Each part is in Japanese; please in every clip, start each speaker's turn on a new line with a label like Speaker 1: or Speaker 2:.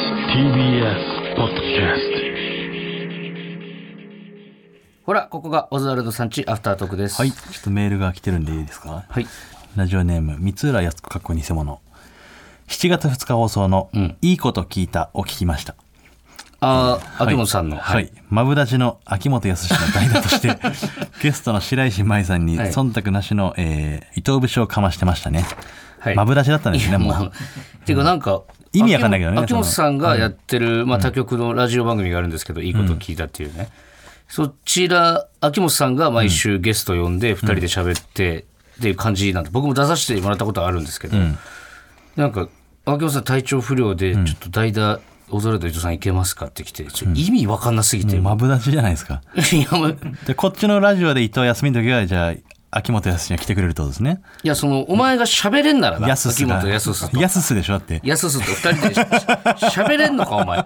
Speaker 1: TBS ポッドキャス
Speaker 2: ほら、ここがオズワルドさんちアフタートークです。
Speaker 3: はい、ちょっとメールが来てるんでいいですか
Speaker 2: はい。
Speaker 3: ラジオネーム、三浦康子かっこ偽物。7月2日放送の、
Speaker 2: ん
Speaker 3: いいこと聞いたを聞きました。
Speaker 2: あー、秋元さんの。
Speaker 3: はい。マブダチの秋元康の代打と して、ゲストの白石麻衣さんに
Speaker 2: はい
Speaker 3: 忖度なしの、えー伊藤節をかましてましたね。
Speaker 2: はい
Speaker 3: マブダチだったんですね、も
Speaker 2: も
Speaker 3: う
Speaker 2: う。。 ていうか、なんか、
Speaker 3: 意味わかんないけどね
Speaker 2: 秋元秋元
Speaker 3: その
Speaker 2: さんがやってる、まあ、他局のラジオ番組があるんですけど、いいこと聞いたっていうね。そちら、秋元さんが毎週ゲスト呼んで、二人で喋って、っていう感じなんで、僕も出させてもらったことあるんですけど、なんか、秋元さん体調不良で、ちょっと代打、オズワルド伊藤さんいけますかって来て、ちょ意味わかんなすぎて、
Speaker 3: マブダチじゃないですか。
Speaker 2: いやもう
Speaker 3: で、こっちのラジオで伊藤休みの時は、じゃあ、秋元康には来てくれるってことですね。
Speaker 2: いや、その、お前が喋れんならな、
Speaker 3: やす
Speaker 2: 秋
Speaker 3: すが。
Speaker 2: 元康と。
Speaker 3: やすすでしょだって。
Speaker 2: やすすと二人でし喋れんのか、お前。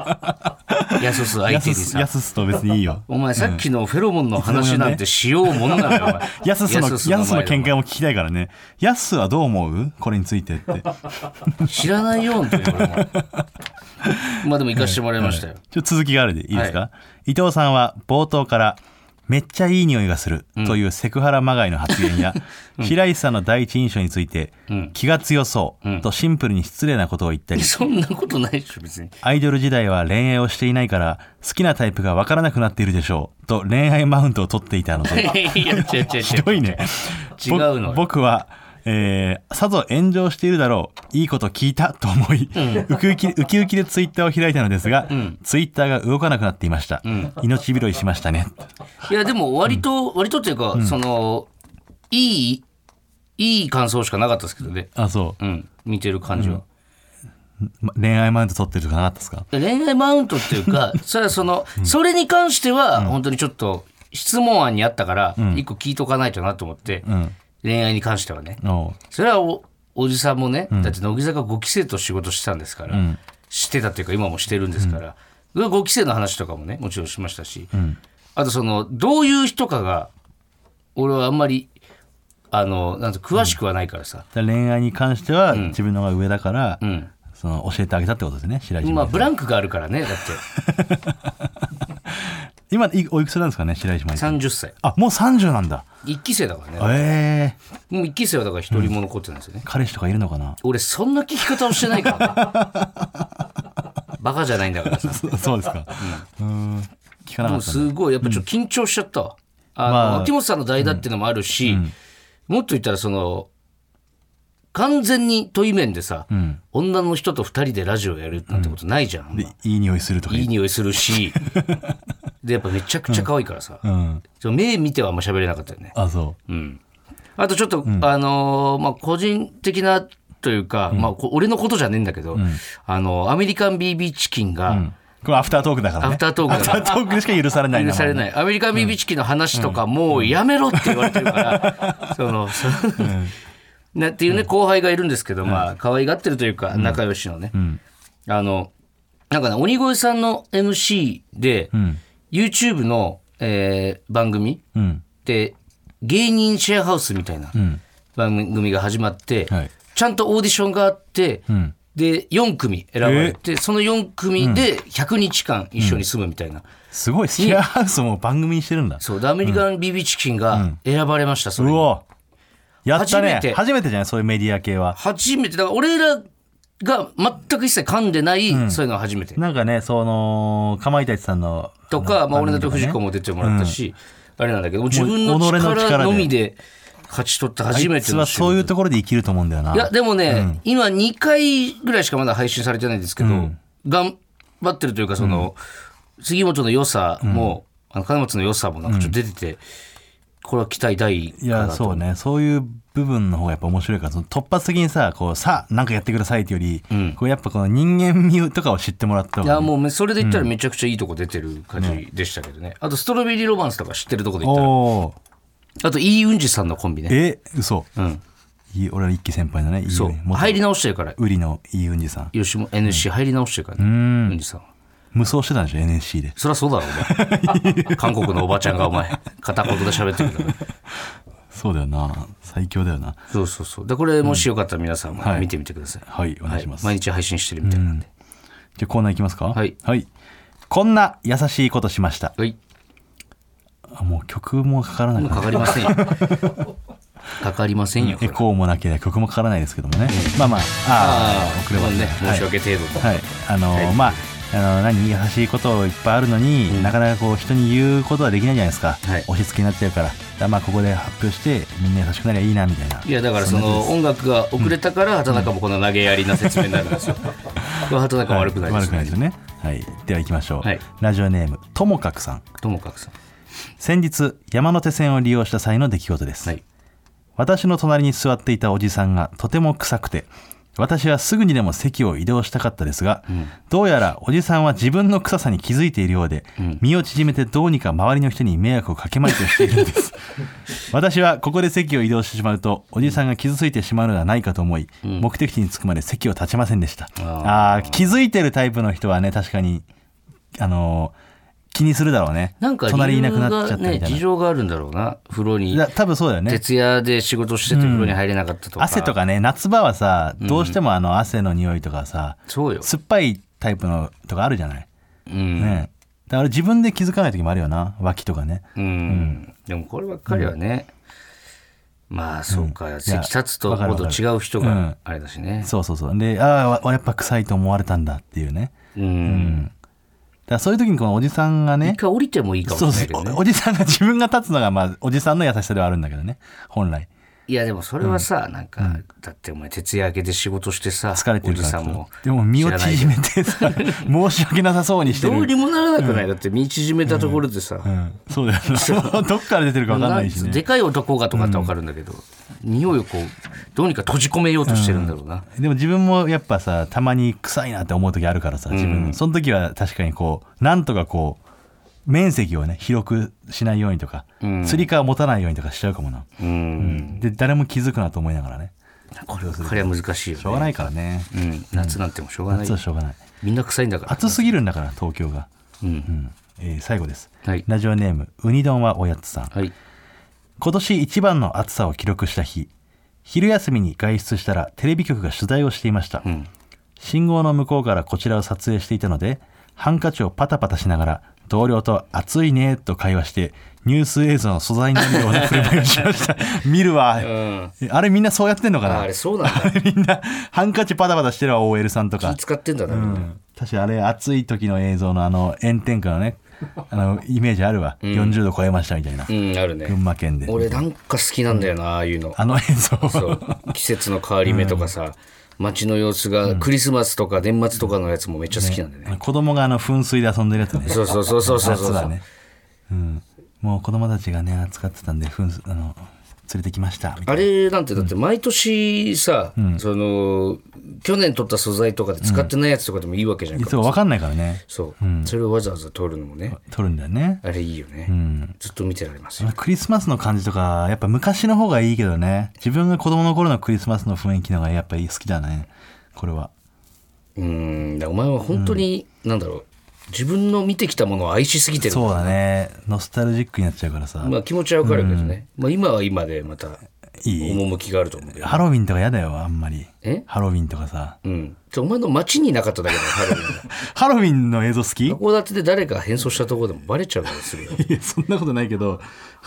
Speaker 2: やすす相
Speaker 3: や
Speaker 2: 手に
Speaker 3: すす、
Speaker 2: さ
Speaker 3: や。すすと別にいいよ。
Speaker 2: お前さっきのフェロモンの話なんてしようもんなの よ、お前。
Speaker 3: ヤススの、ヤスの見
Speaker 2: 前
Speaker 3: 解も聞きたいからね。ヤスはどう思うこれについてって。
Speaker 2: 知らないよ、本当に俺 も。まあでも行かしてもらいましたよ。
Speaker 3: ちょ続きがあるでいいですか、
Speaker 2: は
Speaker 3: 伊藤さんは冒頭から、めっちゃいい匂いがするというセクハラまがいの発言 や、白石さんの第一印象について、気が強そうとシンプルに失礼なことを言 ったり、
Speaker 2: そんなことないでしょ、別に。
Speaker 3: アイドル時代は恋愛をしていないから、好きなタイプがわからなくなっているでしょうと恋愛マウントを取っていたの
Speaker 2: い
Speaker 3: で、
Speaker 2: やいや、違う違う違う。
Speaker 3: ひどい ね。
Speaker 2: 違うのよ
Speaker 3: ぼ僕は、えーさぞ炎上しているだろう。いいこと聞いたと思い、ウキウキ、ウキウキでツイッターを開いたのですが、ツイッターが動かなくなっていました。命拾いしましたね。
Speaker 2: いや、でも割と、割とっていうか、その、いい、いい感想しかなかったですけどね。
Speaker 3: あ、そ
Speaker 2: うん、見てる感じは。
Speaker 3: う。ま恋愛マウント取ってるとかなかったですか
Speaker 2: 恋愛マウントっていうかそれはその、それに関しては本当にちょっと質問案にあったから一個聞いとかないとなと思って、恋愛に関してはね
Speaker 3: おう
Speaker 2: それはおおじさんもね、だって乃木坂5期生と仕事してたんですから、してたっていうか今もしてるんですから、5期生の話とかもねもちろんしましたし、あとそのどういう人かが俺はあんまりあのなんて詳しくはないからさ、
Speaker 3: だから恋愛に関しては自分の方が上だから、
Speaker 2: ん
Speaker 3: その教えてあげたってことですね、白石麻
Speaker 2: まあ
Speaker 3: 衣
Speaker 2: ブランクがあるからねだって
Speaker 3: 今、いおいくつなんですかね、白石麻衣さん。
Speaker 2: 30歳
Speaker 3: あ、もう30なんだ。
Speaker 2: 1期生だからね
Speaker 3: ええ
Speaker 2: もう一期生はだから一人も残ってないですよね。
Speaker 3: 彼氏とかいるのかな
Speaker 2: 俺そんな聞き方をしてないからね。バカじゃないんだからさ。
Speaker 3: そそうですか。うん。聞かな
Speaker 2: も
Speaker 3: か
Speaker 2: う
Speaker 3: ったな。
Speaker 2: すごい、やっぱちょっと緊張しちゃったわ。あの、
Speaker 3: まあ
Speaker 2: 秋元さんの代打っていうのもあるし、もっと言ったらその、完全に問い面でさ、女の人と二人でラジオやるなんてことないじゃん。
Speaker 3: でいい匂いするとか言
Speaker 2: い
Speaker 3: っ
Speaker 2: い匂いするし、 で、やっぱめちゃくちゃ可愛いからさ、
Speaker 3: うん。
Speaker 2: ちょ目見てはあんま喋れなかったよね。
Speaker 3: あ、そう。
Speaker 2: うんあとちょっと、あのーまあ、個人的なというか、まあ、こ俺のことじゃねえんだけど、あのアメリカン BB チキンが
Speaker 3: これアフタートークだからね。
Speaker 2: アフタートークだから
Speaker 3: アフタートークでしか許されない
Speaker 2: 許され
Speaker 3: い。
Speaker 2: ない、アメリカン BB チキンの話とかもうやめろって言われてるから、その、そなっていうね、後輩がいるんですけど、まあ、可愛がってるというか、仲良しのね、あの、なんかね、鬼越さんの MC で、YouTube の、えー番組、
Speaker 3: うん。
Speaker 2: で芸人シェアハウスみたいな番組が始まって、
Speaker 3: はい
Speaker 2: ちゃんとオーディションがあって、で4組選ばれて、その4組で100日間一緒に住むみたいな、
Speaker 3: すごい、シェアハウスも番組にしてるんだ。
Speaker 2: そうでアメリカン BB チキンが選ばれました、そうれに
Speaker 3: おやったね。
Speaker 2: 初め
Speaker 3: 初め
Speaker 2: て
Speaker 3: てじゃないそういうメディア系は。
Speaker 2: 初めてだから俺らが全く一切噛んでない、そういうのは初めて
Speaker 3: なんかね、その、かまいたちさんの。
Speaker 2: とか、まあ、俺だと藤子
Speaker 3: も。
Speaker 2: も出てもらったし、あれなんだけど自分の
Speaker 3: 己の力で
Speaker 2: 力のみで勝ち取った初
Speaker 3: あ
Speaker 2: め
Speaker 3: い
Speaker 2: て
Speaker 3: つ
Speaker 2: の
Speaker 3: は
Speaker 2: 瞬間
Speaker 3: そういうところで生きると思うんだよな。
Speaker 2: いや、でもね、今2回ぐらいしかまだ配信されてないんですけど、頑張ってるというか、その、杉本の良さも、あの金松の良さもなんかちょっと出てて、これは期待大か
Speaker 3: いや
Speaker 2: なと。
Speaker 3: そうねそういう部分の方がやっぱ面白いからその突発的にさこうさあなんかやってくださいってより、こうやっぱこの人間味とかを知ってもらった
Speaker 2: い
Speaker 3: 方が
Speaker 2: や、もうめそれで言ったらめちゃくちゃいいとこ出てる感じでしたけどね。あと、ストロベリーロマンスとか知ってるとこで言ったら。
Speaker 3: おお
Speaker 2: あと、イー・ウンジさんのコンビね。
Speaker 3: え嘘、
Speaker 2: ん
Speaker 3: いい俺は一期先輩だねいいよね
Speaker 2: そう。
Speaker 3: 元
Speaker 2: 入り直してるから、
Speaker 3: 売りのイ・ウンジさん
Speaker 2: 吉本 NSC 入り直してるからね。ウンジさんは。
Speaker 3: 無双してたんでしょ NSC で
Speaker 2: そりゃそうだろ、お 前。韓国のおばちゃんがお前、片言で喋ってるから。
Speaker 3: そうだよな最強だよな
Speaker 2: そうそうそう。で、これもしよかったら皆さんも
Speaker 3: はい
Speaker 2: 見てみてください。
Speaker 3: はいお願いします、
Speaker 2: 毎日配信してるみたいなんで。
Speaker 3: じゃあコーナーいきますか
Speaker 2: はい
Speaker 3: こんな優しいことしました
Speaker 2: はい。
Speaker 3: あもう曲もかからな
Speaker 2: も
Speaker 3: く
Speaker 2: うかかりませんよ。 かかりませんよ。
Speaker 3: エコーもなければ曲もかからないですけどもね、まあまあああ
Speaker 2: ああ、
Speaker 3: 遅れば
Speaker 2: ね。申し
Speaker 3: はい
Speaker 2: 訳程度と。
Speaker 3: はい、あのーまああのー何優しいこといっぱいあるのに、なかなかこう人に言うことはできないじゃないですか、
Speaker 2: はい
Speaker 3: 押し付けになっちゃうからだからまあここで発表してみんな優しくなりゃいいなみたいない
Speaker 2: やだからその音楽が遅れたから畑中もこの投げやりな説 明になるんですよ。これ畑中悪くないです
Speaker 3: 悪くない
Speaker 2: ね
Speaker 3: ですよね、はい、では行きましょう、
Speaker 2: はい
Speaker 3: ラジオネームともかくさん
Speaker 2: ともかくさん。
Speaker 3: 先日山手線を利用した際の出来事です、
Speaker 2: はい。
Speaker 3: 私の隣に座っていたおじさんがとても臭くて私はすぐにでも席を移動したかったですが、どうやらおじさんは自分の臭さに気づいているようで、身を縮めてどうにか周りの人に迷惑をかけまいとしているんです 私はここで席を移動してしまうとおじさんが傷ついてしまうのではないかと思い、目的地に着くまで席を立ちませんでしたあ
Speaker 2: あ
Speaker 3: あー気づいてるタイプの人はね確かにあのー気にするだろうね
Speaker 2: なんか
Speaker 3: 隣
Speaker 2: 理
Speaker 3: いな
Speaker 2: 由
Speaker 3: くなっちゃ
Speaker 2: が
Speaker 3: ったみ
Speaker 2: ね
Speaker 3: た
Speaker 2: 事
Speaker 3: いな
Speaker 2: 情があるんだろうな。風呂に
Speaker 3: いや多分そうだよね
Speaker 2: 徹夜で仕事してて風呂に入れなかったとか。
Speaker 3: 汗と。かね夏場はさどうしてもあの汗の匂いとかさ、
Speaker 2: そうよ。
Speaker 3: 酸っぱいタイプのとかあるじゃない、
Speaker 2: うん。
Speaker 3: ねだから自分で気づかない時もあるよな脇とかね
Speaker 2: うん、でもこればっかりはね、まあそうか、席立つと
Speaker 3: わかる
Speaker 2: も
Speaker 3: わ
Speaker 2: っ
Speaker 3: か
Speaker 2: と
Speaker 3: る
Speaker 2: 違う人
Speaker 3: う
Speaker 2: が
Speaker 3: ん
Speaker 2: あれだしね。
Speaker 3: そうそうそうでああわわやっぱ臭いと思われたんだっていうね
Speaker 2: うん
Speaker 3: だからそういう時にこのおじさんがね
Speaker 2: 一回降りてもいいかもしれ
Speaker 3: そ
Speaker 2: な
Speaker 3: う
Speaker 2: い
Speaker 3: そ
Speaker 2: けど
Speaker 3: う
Speaker 2: ね
Speaker 3: お。おじさんが自分が立つのが、まあ、おじさんの優しさではあるんだけどね本来
Speaker 2: いやでもそれはさ、なんか、だってお前徹夜明けで仕事してさ、
Speaker 3: 疲れてる
Speaker 2: お
Speaker 3: か
Speaker 2: じ
Speaker 3: ら
Speaker 2: さんも。
Speaker 3: でも身を
Speaker 2: 知らない
Speaker 3: 縮めてさ 申し訳なさそうにして
Speaker 2: どうに
Speaker 3: る、
Speaker 2: もならなくない、だって身縮めたところでさ、
Speaker 3: うん、そうだよな どっから出てるか分かんないし
Speaker 2: なん
Speaker 3: ね
Speaker 2: でかい男がとかってわかるんだけど、匂いをこう、どうにか閉じ込めようとしてるんだろうな。
Speaker 3: でも自分もやっぱさたまに臭いなって思う時あるからさ自分、その時は確かにこうなんとかこう面積をね広くしないようにとか、つり革持たないようにとかしちゃうかもな、
Speaker 2: うん。
Speaker 3: で誰も気づくなと思いながらね
Speaker 2: これこれは難しいよね。
Speaker 3: しょうがないからね
Speaker 2: うん。夏なんてもしょうがない
Speaker 3: 夏。はしょうがない
Speaker 2: みんな臭いんだから。
Speaker 3: 暑すぎるんだから東京が、
Speaker 2: うん
Speaker 3: う。んえー最後です、
Speaker 2: はい
Speaker 3: ラジオネームうに丼はおやつさん
Speaker 2: はい。
Speaker 3: 今年一番の暑さを記録した日昼休みに外出したらテレビ局が取材をしていました、
Speaker 2: ん
Speaker 3: 信号の向こうからこちらを撮影していたのでハンカチをパタパタしながら同僚と「暑いね」と会話してニュース映像の素材になるような振る舞いをしました 見るわ、
Speaker 2: うん。
Speaker 3: えあれみんなそうやってんのか
Speaker 2: あ
Speaker 3: な
Speaker 2: あれそう なんだ。
Speaker 3: みんなハンカチパタパタしてるわ OL さんとか
Speaker 2: 気使ってんだな。
Speaker 3: うん確かにあれ暑い時の映像のあの炎天下 のねあのイメージあるわ、40度超えましたみたいな、
Speaker 2: うん、あるね
Speaker 3: 群。馬県で
Speaker 2: 俺なんか好きなんだよな、ああいうの。
Speaker 3: あの映像
Speaker 2: そう。季節の変わり目とかさ、街の様子がクリスマスとか年末とかのやつもめっちゃ好きなんだよね。
Speaker 3: 子供があの噴水で遊んでる やつね。
Speaker 2: そうそうそうそうそうそう。
Speaker 3: 夏はね。うん。もう子供たちがね、扱ってたんで、噴水、あの、連れてきました。みたい
Speaker 2: あれなんてだって毎年さ、その去年取った素材とかで使ってないやつとかでもいいわけじゃん
Speaker 3: ない
Speaker 2: か、
Speaker 3: つもわかんないからね。
Speaker 2: そう、それをわざわざ取るのもね
Speaker 3: 撮るんだよね。
Speaker 2: あれいいよね、ずっと見てられますよ
Speaker 3: クリスマスの感じとか、やっぱ昔の方がいいけどね。自分が子供の頃のクリスマスの雰囲気の方がやっぱり好きだね。これは。
Speaker 2: うんだからお前は本当に、なんだろう自分の見てきたものを愛しすぎてる
Speaker 3: そうだね。ノスタルジックになっちゃうからさ。
Speaker 2: まあ気持ちはわかるけどね、まあ、今は今でまた
Speaker 3: いい
Speaker 2: 趣があると思うけど
Speaker 3: ハロウィンとか嫌だよ、あんまり。
Speaker 2: え
Speaker 3: ハロウィンとかさ。
Speaker 2: うんじゃあお前の街にいなかっただけだよハロウィンが
Speaker 3: ハロウィンの映像好 きい
Speaker 2: 函館で誰か変装したところでもバレちゃうから するよ
Speaker 3: や、そんなことないけど。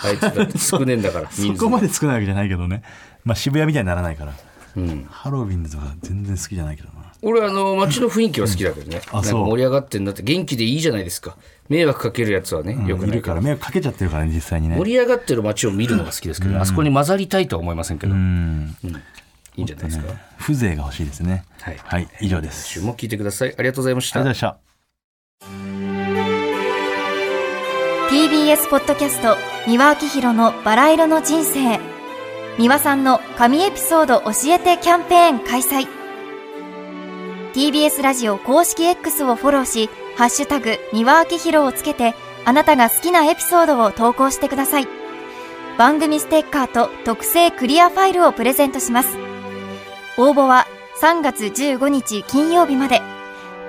Speaker 2: あいつだって少ねえんだから
Speaker 3: そ
Speaker 2: 人数
Speaker 3: こまで少ないわけじゃないけどね、まあ、渋谷みたいにならないから
Speaker 2: うん、
Speaker 3: ハロウィンとか全然好きじゃないけどな
Speaker 2: 俺あの街の雰囲気は好きだけどね、
Speaker 3: あ
Speaker 2: なんか
Speaker 3: そう
Speaker 2: 盛り上がってんだって元気でいいじゃないですか迷惑かけるやつはね、よく
Speaker 3: い
Speaker 2: ない
Speaker 3: るから迷惑かけちゃってるからね実際にね
Speaker 2: 盛り上がってる街を見るのが好きですけど、あそこに混ざりたいとは思いませんけど、
Speaker 3: うん
Speaker 2: いいんじゃないですか、
Speaker 3: 風情が欲しいですね
Speaker 2: はい
Speaker 3: 以上です
Speaker 2: 週も聞いてくださいありがとうございまし
Speaker 3: ありがとうござい
Speaker 2: た
Speaker 3: ました
Speaker 4: TBS ポッドキャスト三輪明宏のバラ色の人生三輪さんの神エピソード教えてキャンペーン開催 TBS ラジオ公式 X をフォローし「ハッシュタグ三輪明宏」をつけてあなたが好きなエピソードを投稿してください番組ステッカーと特製クリアファイルをプレゼントします応募は3月15日金曜日まで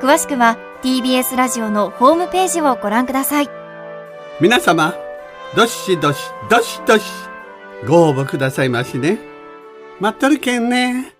Speaker 4: 詳しくは TBS ラジオのホームページをご覧ください
Speaker 5: 皆様、どしどし、どしどし、ご応募くださいましね。待っとるけんね。